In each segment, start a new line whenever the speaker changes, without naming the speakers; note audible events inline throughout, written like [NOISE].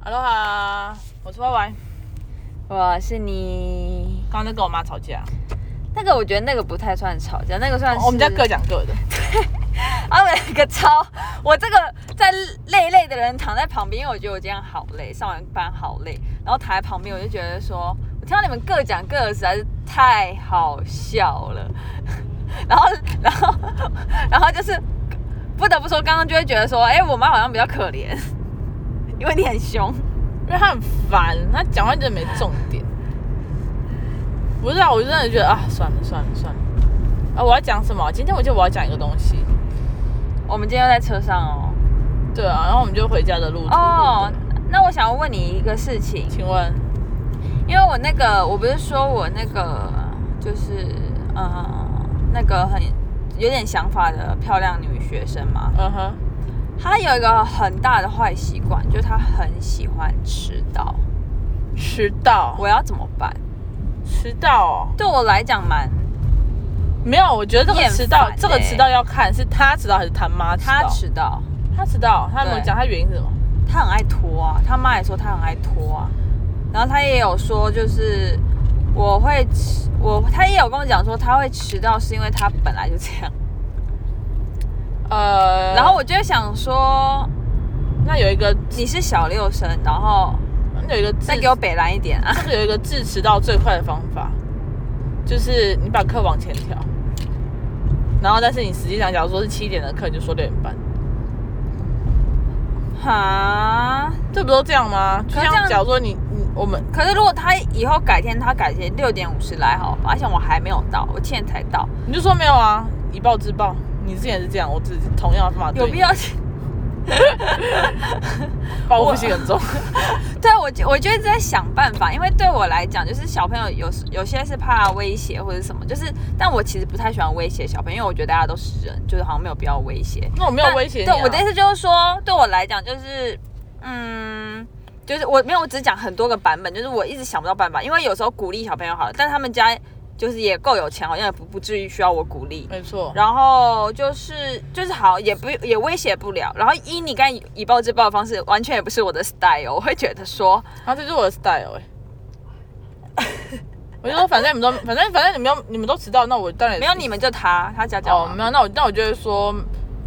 Hello 哈，我是歪歪。
我是你。
刚刚在跟我妈吵架，
那个我觉得那个不太算吵架，那个算是、
哦我们家各讲各的。
啊，我有一个超， [LAUGHS] 我这个在累累的人躺在旁边，因为我觉得我今天好累，上完班好累，然后躺在旁边，我就觉得说，我听到你们各讲各的实在是太好笑了。 [LAUGHS] 然后，然后， [LAUGHS] 然后就是不得不说，刚刚就会觉得说，哎、我妈好像比较可怜， [LAUGHS] 因为你很凶。
因为他很烦，他讲话真的没重点。不是啊，我就真的觉得啊，算了算了算了。啊，我要讲什么？今天我记得我要讲一个东西。
我们今天又在车上哦。
对啊，然后我们就回家的路途。
哦，那我想要问你一个事情。
请问，
因为我那个，我不是说我那个就是呃那个很有点想法的漂亮女学生嘛，
嗯哼，
她有一个很大的坏习惯，就是她很喜欢迟到。
迟到，
我要怎么办？
迟到哦。
对我来讲蛮，
没有，我觉得这个
厌
迟到，
烦
这个
欸
迟到要看是他迟到还是他妈迟到。
她迟到，
他迟到，他没有
对
讲他原因是什么。
她很爱拖啊，她妈也说她很爱拖啊，然后她也有说就是我会迟，我她也有跟我讲说她会迟到是因为她本来就这样，
呃，
然后我就会想说
那有一个，
你是小六生，然后
那有一个字
再给我北蓝一点啊！ [LAUGHS]
这个有一个致迟到最快的方法，就是你把课往前调，然后但是你实际上假如说是七点的课，你就说六点半，
哈，
这不都这样吗？就
可是这
像
样
假如说你你我们
可是如果他以后改天他改天六点五十来好了吧，而且我还没有到，我七点才到，
你就说没有啊，以暴制暴，你之前也是这样，我只是同样的方法对
有
你
必要？
报复心很重，
[LAUGHS] 对啊我觉我觉得在想办法，因为对我来讲，就是小朋友有时有些是怕威胁或者什么，就是但我其实不太喜欢威胁小朋友，因为我觉得大家都是人，就是好像没有必要威胁。
[LAUGHS] 那我没有威胁你、啊。
但对我的意思就是说，对我来讲就是，嗯，就是我没有，我只讲很多个版本，就是我一直想不到办法，因为有时候鼓励小朋友好了，但他们家就是也够有钱，好像也不不至于需要我鼓励。
没错，
然后就是就是好，也不也威胁不了。然后依你刚才以以暴制暴的方式，完全也不是我的 style。我会觉得说，
然后这就是我的 style
[LAUGHS]
哎、我就说，反正你们都，反正反正你们要，你们都迟到，那我当然也
没有
是
你们就他，他家教
哦，
嘛
没有，那我那我就会说，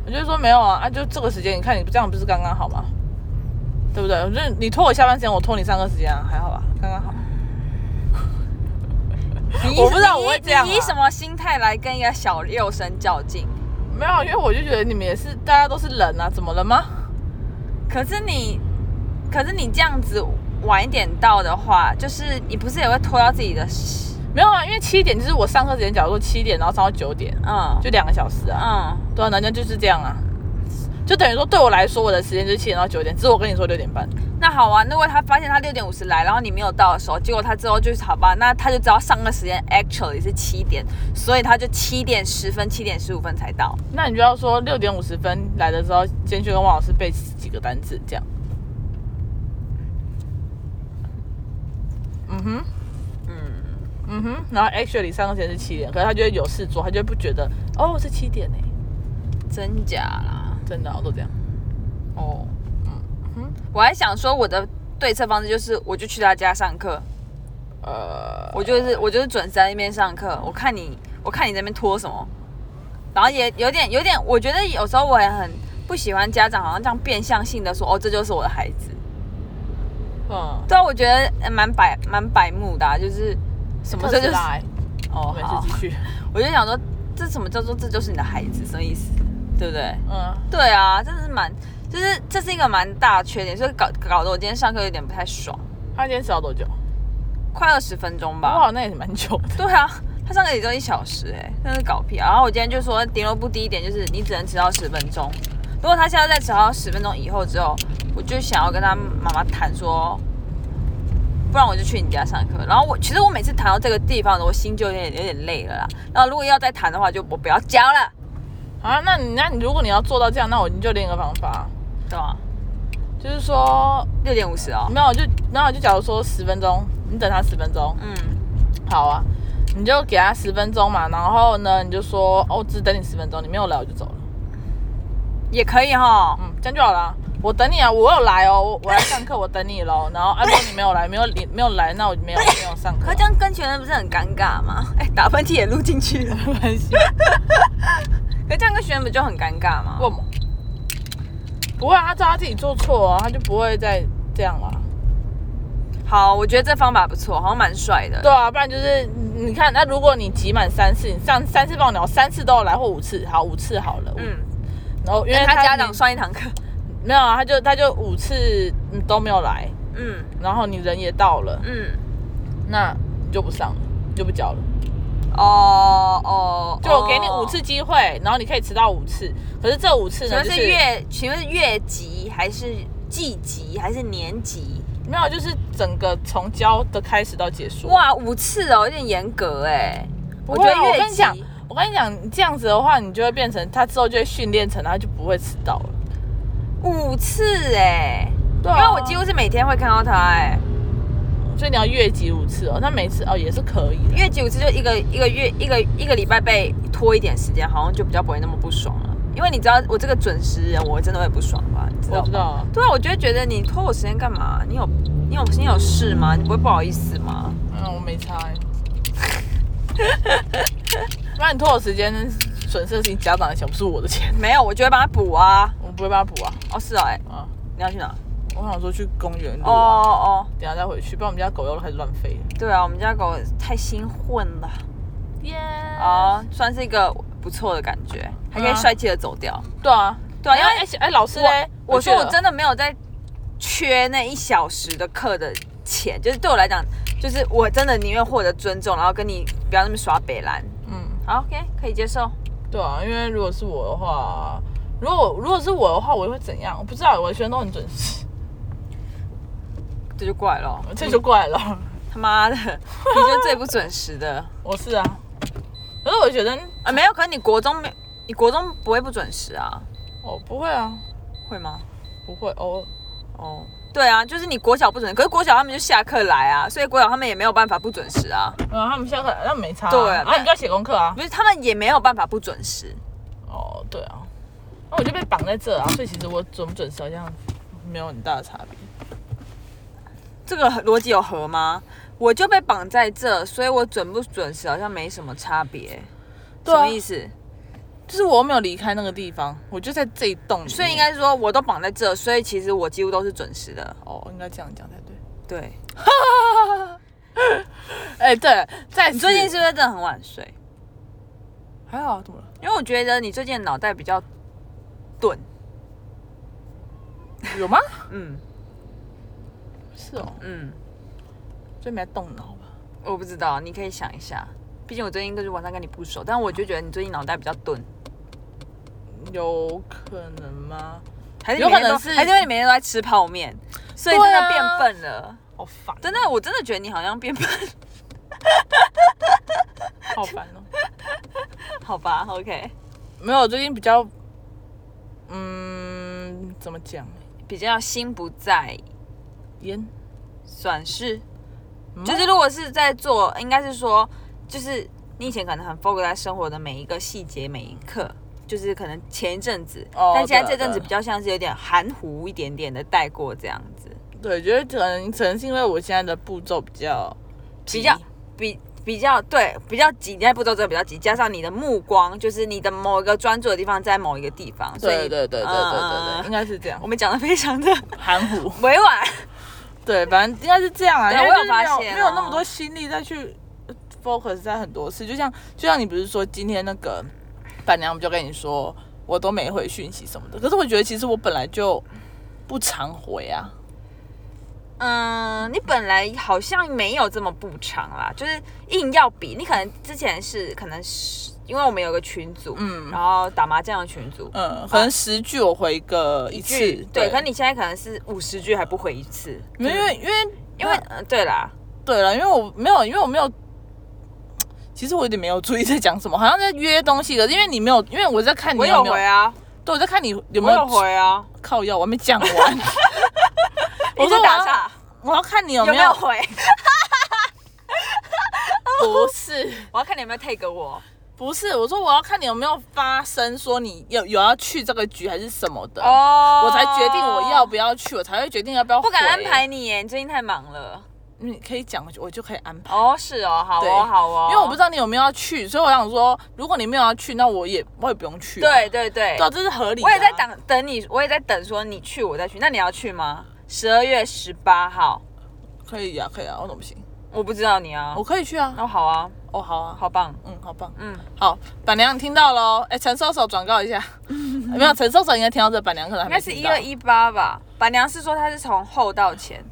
我就会说没有啊，啊，就这个时间，你看你这样不是刚刚好吗？对不对？就是你拖我下班时间，我拖你上课时间、啊，还好吧，刚刚好。
你以
我不知道
你
我会这样啊
你以什么心态来跟一个小六生较劲？
没有，因为我就觉得你们也是，大家都是人啊，怎么了吗？
可是你，可是你这样子晚一点到的话，就是你不是也会拖到自己的时，
没有啊，因为七点就是我上课时间，假如说七点，然后上到九点，
嗯
就两个小时啊。
嗯，
对啊，人家就是这样啊，就等于说对我来说，我的时间就是七点到九点，只是我跟你说六点半。
那好啊。如果他发现他六点五十来，然后你没有到的时候，结果他之后就是好吧，那他就知道上课时间 actually 是七点，所以他就七点十分、七点十五分才到。
那你就要说六点五十分来的时候，先去跟王老师背几个单词，这样。嗯哼，
嗯，
嗯哼，然后 actually 上课前是七点，可是他就会有事做，他就会不觉得哦是七点呢、
真假啦？
真的、我都这样。
哦，嗯，我还想说我的对策方式就是，我就去他家上课，
呃，
我就是我就是准时在那边上课，我看你我看你在那边拖什么，然后也有点有点，我觉得有时候我也很不喜欢家长好像这样变相性的说哦这就是我的孩子，
嗯，
对啊，我觉得呃蛮百蛮百目的、啊，就是什么这就是
来，
哦
我们
好
是，欸继续。
我就想说这什么叫做这就是你的孩子什么意思，对不对？
嗯，
对啊，真的是蛮就是这是一个蛮大的缺点，所以搞搞得我今天上课有点不太爽，
他今天迟到多久？
快二十分钟吧。
哇，那也蛮久的。
对啊，他上课也就一小时哎、欸，真是搞屁啊！然后我今天就说，顶多不低一点就是你只能迟到十分钟。如果他现在再迟到十分钟以后之后，我就想要跟他妈妈谈说，不然我就去你家上课。然后我其实我每次谈到这个地方的时候，我心就有点有点累了啦。然后如果要再谈的话，就我不要教了，
啊，那你那你如果你要做到这样，那我你就另一个方法，
对吗？
就是说
六点五十哦，
没有就然后就假如说十分钟，你等他十分钟，
嗯，
好啊，你就给他十分钟嘛，然后呢你就说哦，只等你十分钟，你没有来我就走了，
也可以哈。
嗯，这样就好了啊。我等你啊，我有来哦，我我来上课，我等你喽。 [LAUGHS] 然后啊，如果你没有来，没有你没有来，那我就没有没有上课。
可这样跟学生不是很尴尬吗？哎、打喷嚏也录进去了。
没关系，
可这样跟学生不就很尴尬吗？
为什么？不会啊，他知道他自己做错啊，他就不会再这样了啊。
好，我觉得这方法不错，好像蛮帅的。
对啊，不然就是你你看，那如果你集满三次，你上三次放鸟，三次都有来或五次，好五次好了。嗯，
嗯，
然后因
因
为
为他家长算一堂课。
没有啊，他就他就五次你都没有来，
[LAUGHS] 嗯
然后你人也到了，
嗯，
那你就不上了，你就不交了。
哦哦，
就我给你
哦
五次。机会，然后你可以迟到五次，可是这五次
请
呢，
问
就是
月？请问是月级还是季级还是年级？
没有，就是整个从教的开始到结束。，
哇，五次哦，有点严格哎。
不会啊
我觉得
我
月
跟你讲
级
我跟你讲，你这样子的话，你就会变成他之后就会训练成，他就不会迟到了。
五次哎，
对啊
因为我几乎是每天会看到他哎。
所以你要越级五次哦，那每次哦也是可以的。
月级五次就一个一个月一个一个礼拜被拖一点时间，好像就比较不会那么不爽了。因为你知道我这个准时人，我真的会不爽吧？你知道
我
吗
知道。啊，
对啊，我就会觉得你拖我时间干嘛？你有你有你有事吗？你不会不好意思吗？
嗯，我没猜。不然你拖我时间，损失的是你家长的钱，不是我的钱，
没有，我就会帮他补啊。
我不会帮他补啊。
哦，是啊，哎，
啊，
你要去哪？
我想说去公园
哦
录啊，
哦，
等一下再回去，不然我们家狗又开始乱飞了。
对啊，我们家狗太兴奋了
耶！啊，
啊，算是一个不错的感觉，还可以
嗯啊
帅气的走掉。
对啊，
对啊，因
然后
为
哎哎，老师嘞，
我说我
去了
真的没有在缺那一小时的课的钱，就是对我来讲，就是我真的宁愿获得尊重，然后跟你不要那么耍北兰。
嗯，
好，OK，可以接受。
对啊，因为如果是我的话，如果如果是我的话，我会怎样？我不知道，我的学生都很准时，
这就怪了，
这就怪了。
他妈 [LAUGHS] 的，你就最不准时的
我是啊，可是我觉得
啊！没有，可是你国中没，你国中不会不准时啊？
我不会啊，
会吗？
不会偶尔。
哦，对啊，就是你国小不准时，可是国小他们就下课来啊，所以国小他们也没有办法不准时啊，
嗯，他们下课来，那没差、啊。
对
然后你就要写功课啊
不。是他们也没有办法不准时。
哦，对啊，那我就被绑在这啊，所以其实我准不准时好像没有很大的差别。
这个逻辑有合吗？我就被绑在这，所以我准不准时好像没什么差别。
对啊
什么意思？
就是我没有离开那个地方，我就在这一栋里面。
所以应该说我都绑在这，所以其实我几乎都是准时的。
哦，应该这样讲才对。
对，
哎、对，在
你最近
此
是不是真的很晚睡？
还好啊，怎么了？
因为我觉得你最近的脑袋比较钝。
有吗？
[LAUGHS] 嗯
是哦，
嗯，
就没在动脑吧？
我不知道，你可以想一下。毕竟我最近就是晚上跟你不熟，但我就觉得你最近脑袋比较钝，
有可能吗？
还是
有
你每
可
天
能
都
是
还是因为你每天都在吃泡面，所以真
对
的
啊
变笨了。
好烦，
真的，我真的觉得你好像变笨。
好烦哦。
[LAUGHS] 好吧，OK。
[LAUGHS] 没有，我最近比较，嗯，怎么讲？
比较心不在，
烟，
算是，
嗯
就是如果是在做，应该是说，就是你以前可能很 focus 在生活的每一个细节、每一刻，就是可能前一阵子，
哦
但现在
对
这
啊
阵子
对啊
比较像是有点含糊一点点的带过这样子，
对，觉得可能可能是因为我现在的步骤比较
比较比。比较对，比较急，你在步骤真的比较急，加上你的目光，就是你的某一个专注的地方在某一个地方，所以
对对对对对对对，
嗯 [LAUGHS]
应该是这样
我，们讲的非常的
啊含糊。
[LAUGHS] 委婉，
对，反正应该是这样啊，
对
因为
我有
就是没
发
有
现
没有
哦
那么多心力再去 focus 在很多事，就像就像你不是说今天那个板娘，不就跟你说我都没回讯息什么的，可是我觉得其实我本来就不常回啊，
嗯，你本来好像没有这么不长啦，就是硬要比，你可能之前是可能是因为我们有个群组，嗯，
嗯
然后打麻将的群组，
嗯，可能十句我回个一次，
哦对，可你现在可能是五十句还不回一次，
因为因为
因为、嗯对啦，
对了，因为我没有，因为我没有，其实我有点没有注意在讲什么，好像在约东西，可是因为你没有，因为我在看你
我
有
有
没有，
回啊，
对，我在看你嗯有
我
没
有回啊，
靠药，我还没讲
[LAUGHS]
完，
一
我
直
说
打
我要
岔，
我要看你有
有
没
没
有，[LAUGHS]
有回？
不是
我要看你有没有 take 我，
不不是，我说我要看你有没有发生说你有有要去这个局还是什么的，
哦，
我才决定我要不要去，我才会决定要不要。
不敢安排，你耶，你最近太忙了。
你可以讲，我就可以安排。
哦，是哦，好
对
哦，好哦，
因为我不知
道。
道你有没有要去，所以我想说，如果你没有要去，那我也我也不用去、
对，对对，
对啊，这是合理的
我
啊、
也在等等你，我也在等说你去，我再去。那你要去吗？十二月十八号，
可以呀、可以啊，我怎么不行？
我不知道你啊
我。可以去啊。
哦，好啊，
哦，好啊，，
好棒，
嗯，好棒，
嗯，
好，板娘你听到喽。哎，陈瘦手转告一
[LAUGHS]
下，没有，陈瘦手应该听到这，板娘可能还
应
没
该是
听
一
到
二一八吧。板娘是说她是从后到前，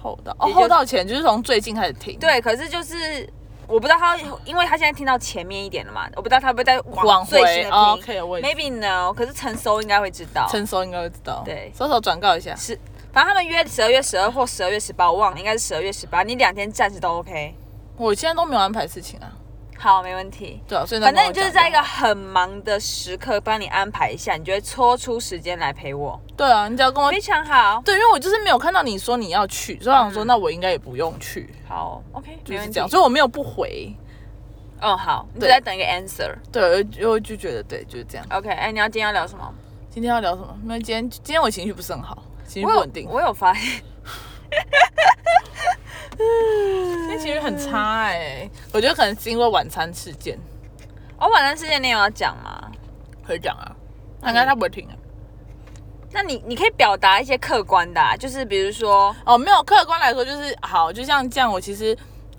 后到哦，
也就
后到前就是从最近开始听，，
对，可是就是我不知道她，因为她现在听到前面一点了嘛，我不知道她会不会再
往
往
回
最新的听。
哦，OK，我也
Maybe no，可是陈熟应该会知道。
陈瘦应该会知道，
对
瘦手转告一下，
十，反正他们约十二月十二或十二月十八，我忘了，应该是十二月十八。你两天暂时都 OK，
我现在都没有安排事情啊，
好，没问题。
对啊，所以那
反
跟
正
我
你就是
讲
在一个很忙的时刻帮你安排一下，你就会抽出时间来陪我，
对啊，你只要跟我
非常好。
对，因为我就是没有看到你说你要去，所以我想说
嗯
那我应该也不用去，
好，OK，
就
没
是
问
这
题
样，。所以我没有不回，
嗯，好，你就
对
在等一个 answer。
对，我就我就觉得对，就是这样。
OK，哎、你要今天要聊什么？
今天要聊什么？没有，今天今天我情绪不是很好，情绪
我
不
有
稳定，
我有发现， [LAUGHS]
今天情绪很差哎，我觉得可能是因为晚餐事件，
我哦晚上事件你有要讲吗？
可以讲啊，
嗯
他应该他不会听啊。
那你你可以表达一些客观的、啊，就是比如说，
哦，没有，客观来说就是好，就像这样，我其实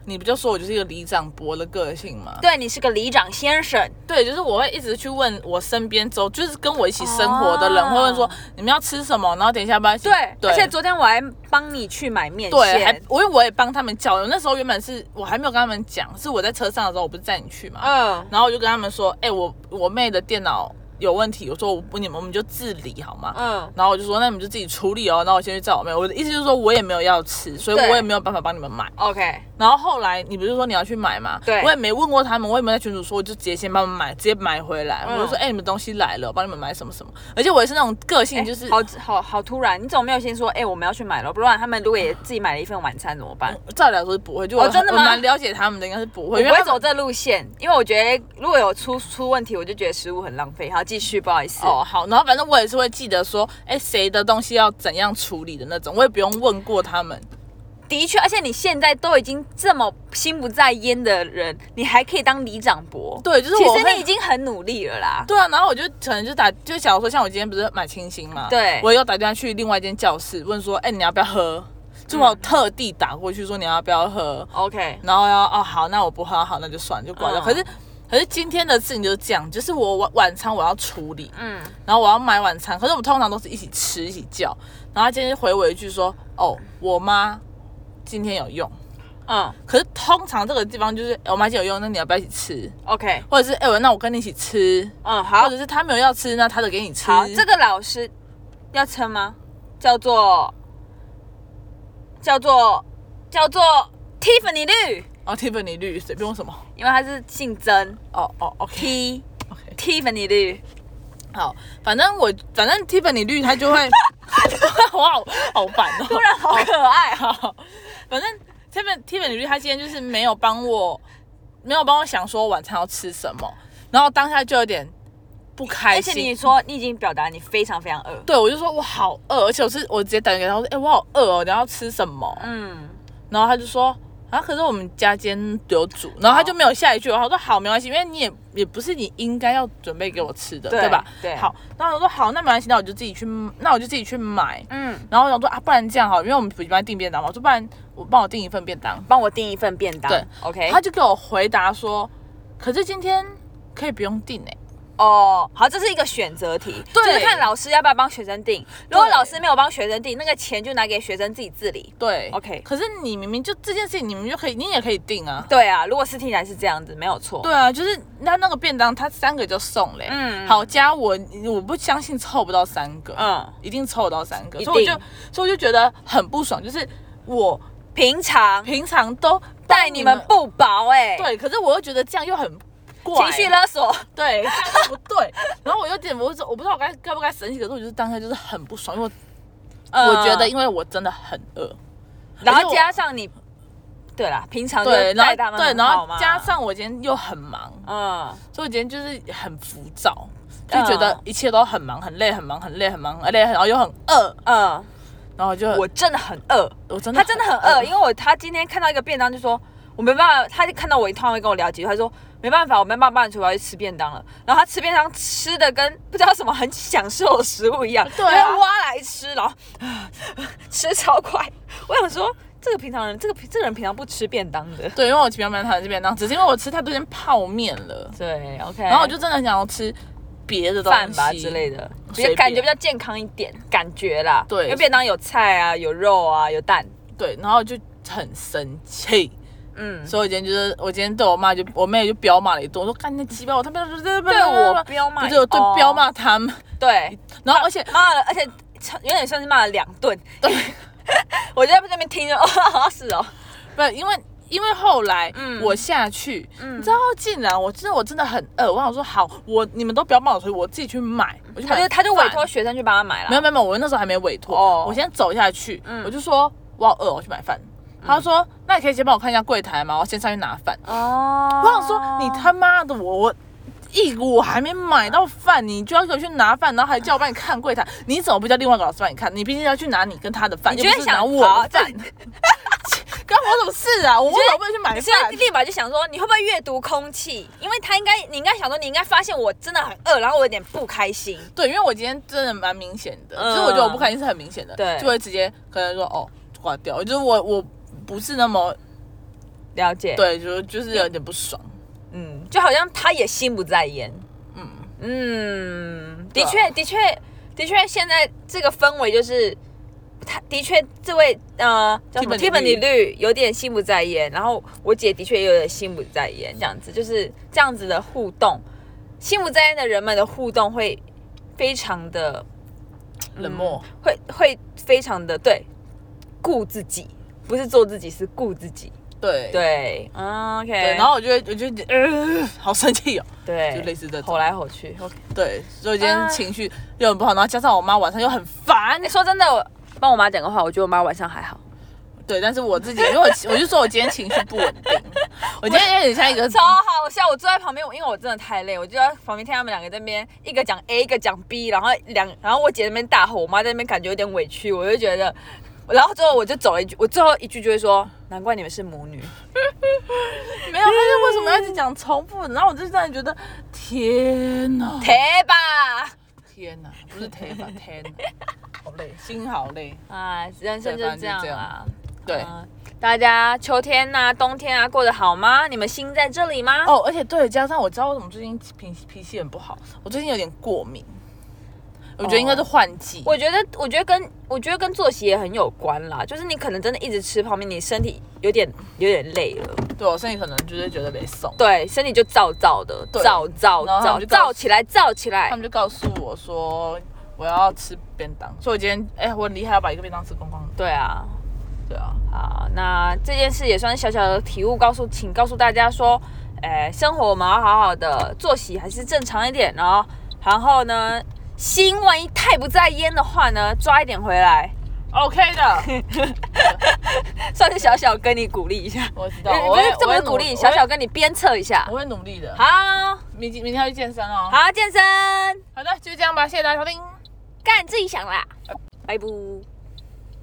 你不就说我就是一个里长伯的个性吗？
对你是个里长先生，
对，就是我会一直去问我身边周，就是跟我一起生活的人，
哦
会问说你们要吃什么，然后等一下要不要一起
对，
对，
而且昨天我还帮你去买面
对，还
线，
我因为我也帮他们叫，我那时候原本是我还没有跟他们讲，是我在车上的时候，我不是载你去嘛，
嗯，
然后我就跟他们说，哎、我我妹的电脑有问题，我说我不你们我们就自理好吗？
嗯，
然后我就说，那你们就自己处理哦。那我先去找我妹。我的意思就是说，我也没有要吃，所以
对
我也没有办法帮你们买。
OK，
然后后来你不是说你要去买嘛？
对
我也没问过他们，我也没有在群主说，我就直接先帮他们买，直接买回来。
嗯哎
我就说，哎、你们东西来了，我帮你们买什么什么。而且我也是那种个性，就是、
好好好突然，你怎么没有先说？哎、我们要去买了，不然他们如果也自己买了一份晚餐怎么办？
照理来说是不会，就我、
哦真的吗
我蛮了解他们的，应该是不
我
会，
不
因为
会
他
走
们
这路线，因为我觉得如果有出出问题，我就觉得食物很浪费。好，继续，不好意思。
哦，好，然后反正我也是会记得说，哎，谁的东西要怎样处理的那种，我也不用问过他们。
的确，而且你现在都已经这么心不在焉的人，你还可以当里长伯，
对，就是
其
我
实你
会
已。经很努力了啦。
对啊，然后我就可能就打，就想说，像我今天不是买清新嘛，
对
我又打电话去另外一间教室问说，哎，你要不要喝？就我特地打过去说你要不要喝，
OK，
然后要哦好，那我不喝好，那就算了就挂掉。
嗯
可是可是今天的事情就是这样，就是我晚晚餐我要处理，
嗯，
然后我要买晚餐，可是我们通常都是一起吃一起叫，然后他今天就回我一句说哦我妈今天有用，
嗯
可是通常这个地方就是、哎我妈今天有用，那你要不要一起吃？
，OK，
或者是哎、我那我跟你一起吃，
嗯，
或
好
者是他没有要吃，那他的给你吃。
好，这个老师要称吗？叫做叫做叫做 Tiffany 绿，
哦 Tiffany 绿随便用什么
因为他是姓曾
哦哦 OK
T
OK
Tiffany 绿。
好，反正我反正 Tiffany 绿他就
[LAUGHS]
会， [LAUGHS] 哇好烦哦，
突然好可爱
[LAUGHS]
啊！
好，反正 Tiffany Tiffany 绿他今天就是没有帮我，没有帮我想说晚餐要吃什么，然后当下就有点不开
而且你
心。
说你已经表达你非常非常饿，
对，我就说我好饿，而且我是我直接打电话给他，我说，哎、我好饿哦，你要吃什么？
嗯，
然后他就说啊，可是我们家今天有煮，然后他就没有下一句话。我说好，没关系，因为你也也不是你应该要准备给我吃的，
对
吧？
对
好，然后我说好，那没关系，那我就自己去，那我就自己去买。
嗯，
然后我想说啊，不然这样好了，因为我们补习班订便当嘛，我说不然我帮我订一份便当。
帮我订一份便当。
对
啊，OK
他。就给我回答说，可是今天可以不用订哎、
哦，好，这是一个选择题，
对
就是看老师要不要帮学生订。如果老师没有帮学生订，那个钱就拿给学生自己自理。
对
OK
可是你明明就这件事情，你们就可以，你也可以订啊。
对啊，如果是听起来是这样子，没有错。
对啊，就是他那个便当，他三个就送嘞、
嗯
好加我，我不相信凑不到三个。
嗯，
一定凑到三个，
一定
所以我就所以我就觉得很不爽，就是我
平常
平常都
待你们不薄哎、欸，
对，可是我又觉得这样又很怪，
情绪勒索，
对，这样又不对，然后我有点我我不知道我该该不该生气，可是我就是当下就是很不爽，因为我、
嗯
我觉得因为我真的很饿，
然
而且
后
我
嗯加上你对啦，平常就
对，然后
带他们
对，
很
然
好
后
嘛
加上我今天又很忙，
嗯，
所以我今天就是很浮躁，就觉得一切都很忙、很累、很忙、很累、很忙、很累，然后又很饿，
嗯，
然后就
我真的很饿，
我真的
他真的很饿，因为我他今天看到一个便当就说，我没办法，他就看到我一趟会跟我聊几句，他说没办法，我没办法帮你出，我要去吃便当了。然后他吃便当吃的跟不知道什么很享受的食物一样，
对啊
然后挖来吃，然后 [SIGHS] 吃超快。我想说，这个平常人，这个这个人平常不吃便当的。
对，因为我平常蛮讨厌吃便当，只是因为我吃太多间泡面了，
对，OK。
然后我就真的想要吃别的东西
嗯饭吧之类。的，比
随便
感觉比较健康一点，感觉啦。
对
因为便当有菜啊，有肉啊，有蛋。
对，然后就很生气，
嗯，
所以我今天就是我今天对我妈就我妹就彪骂了一顿，我说干你鸡巴，我他们对啊
对啊我彪骂，
不是我对
哦
彪，骂他们，
对，
然后而且
骂了，而且有点算是骂了两顿。对，我就在那边听着，哦，好像是哦，
不因为。因为后来
嗯
我下去，
嗯
你知道，竟然我真的我真的很饿，我想说好，我你们都不要骂我，所以我自己去买，我去
嗯他
买
就他就委
饭
托学生去帮他买了。
没有没有没有，我那时候还没委托。
哦
我先走下去，
嗯
我就说我好饿，我去买饭。他就说：“那你可以先帮我看一下柜台吗？我要先上去拿饭。
哦，
我想说：“你他妈的我我一我还没买到饭，你就要给我去拿饭，然后还叫我帮你看柜台，你怎么不叫另外一个老师帮你看？你毕竟要去拿你跟他的饭，
你觉得
又不是拿
想
我的
这
饭，关我什么事啊？我为什么不能去买
你现在
饭？
立马就想说，你会不会阅读空气？因为他应该，你应该想说，你应该发现我真的很饿，然后我有点不开心。
对，因为我今天真的蛮明显的，
嗯
就是我觉得我不开心是很明显的，
对
就会直接可能说哦挂掉，就是我我不是那么
了解，
对，就就是有点不爽。”
嗯，就好像他也心不在焉。
嗯，
嗯，
对
的
啊
确，的确，的确，现在这个氛围就是，他的确这位呃叫什么
Tiffany
Tiffany 绿有点心不在焉，然后我姐的确也有点心不在焉，这样子就是这样子的互动，心不在焉的人们的互动会非常的嗯
冷漠，
会会非常的对顾自己，不是做自己，是顾自己。
对
对嗯，OK，
对然后我就会我就觉得呃好生气哦，
对，
就类似这种
吼来吼去，OK。
对，所以我今
啊
天情绪又很不好，然后加上我妈晚上又很烦
哎、，说真的，我帮我妈讲个话，我觉得我妈晚上还好，
对，但是我自己因为我 [LAUGHS] 我就说我今天情绪不稳定，我今天有点像一个
[LAUGHS] 超好笑。我坐在旁边，我因为我真的太累，我就在旁边听他们两个在那边，一个讲 A，一个讲 B，然后两，然后我姐在那边大吼，我妈在那边感觉有点委屈，我就觉得，然后最后我就走了一句，我最后一句就会说，难怪你们是母 [LAUGHS] 女，
没有，但是为什么要一直讲重复？然后我就真的觉得天哪，
铁吧。
天哪，不是天 [LAUGHS] 吧，天哪，好累，心好累，
哎，人生就是这样啦。
对。
嗯大家秋天呐、冬天啊，过得好吗？你们心在这里吗？
哦，而且对，加上我知道为什么最近脾脾气很不好，我最近有点过敏，我觉得应该是换季。
我觉得，我觉得跟我觉得跟作息也很有关啦，就是你可能真的一直吃泡面，你身体有点有点累了，
对我身体可能就是觉得没送。
对，身体就燥燥的，
对
燥燥
然后他
燥
们就告
燥
诉
起来，燥起
他
来。
们就告诉我说我要吃便当，所以我今天哎、我很厉害，要把一个便当吃光光。
对啊，
对啊，
好，那这件事也算是小小的体悟，告诉请告诉大家说，诶，生活我们要好好的，作息还是正常一点，然后然后呢，心万一太不在焉的话呢，抓一点回来， [LAUGHS]
OK 的，
算是小小跟你鼓励一下，
我
[LAUGHS]
知道，
不
啊我
是
会
这
我
么
会
是鼓励，
努
小小跟你鞭策一下
我。会努力的。
好。
明天明天要去健身哦。
好，健身，
好的，就这样吧，谢谢大家收听。
干自己想啦，拜拜。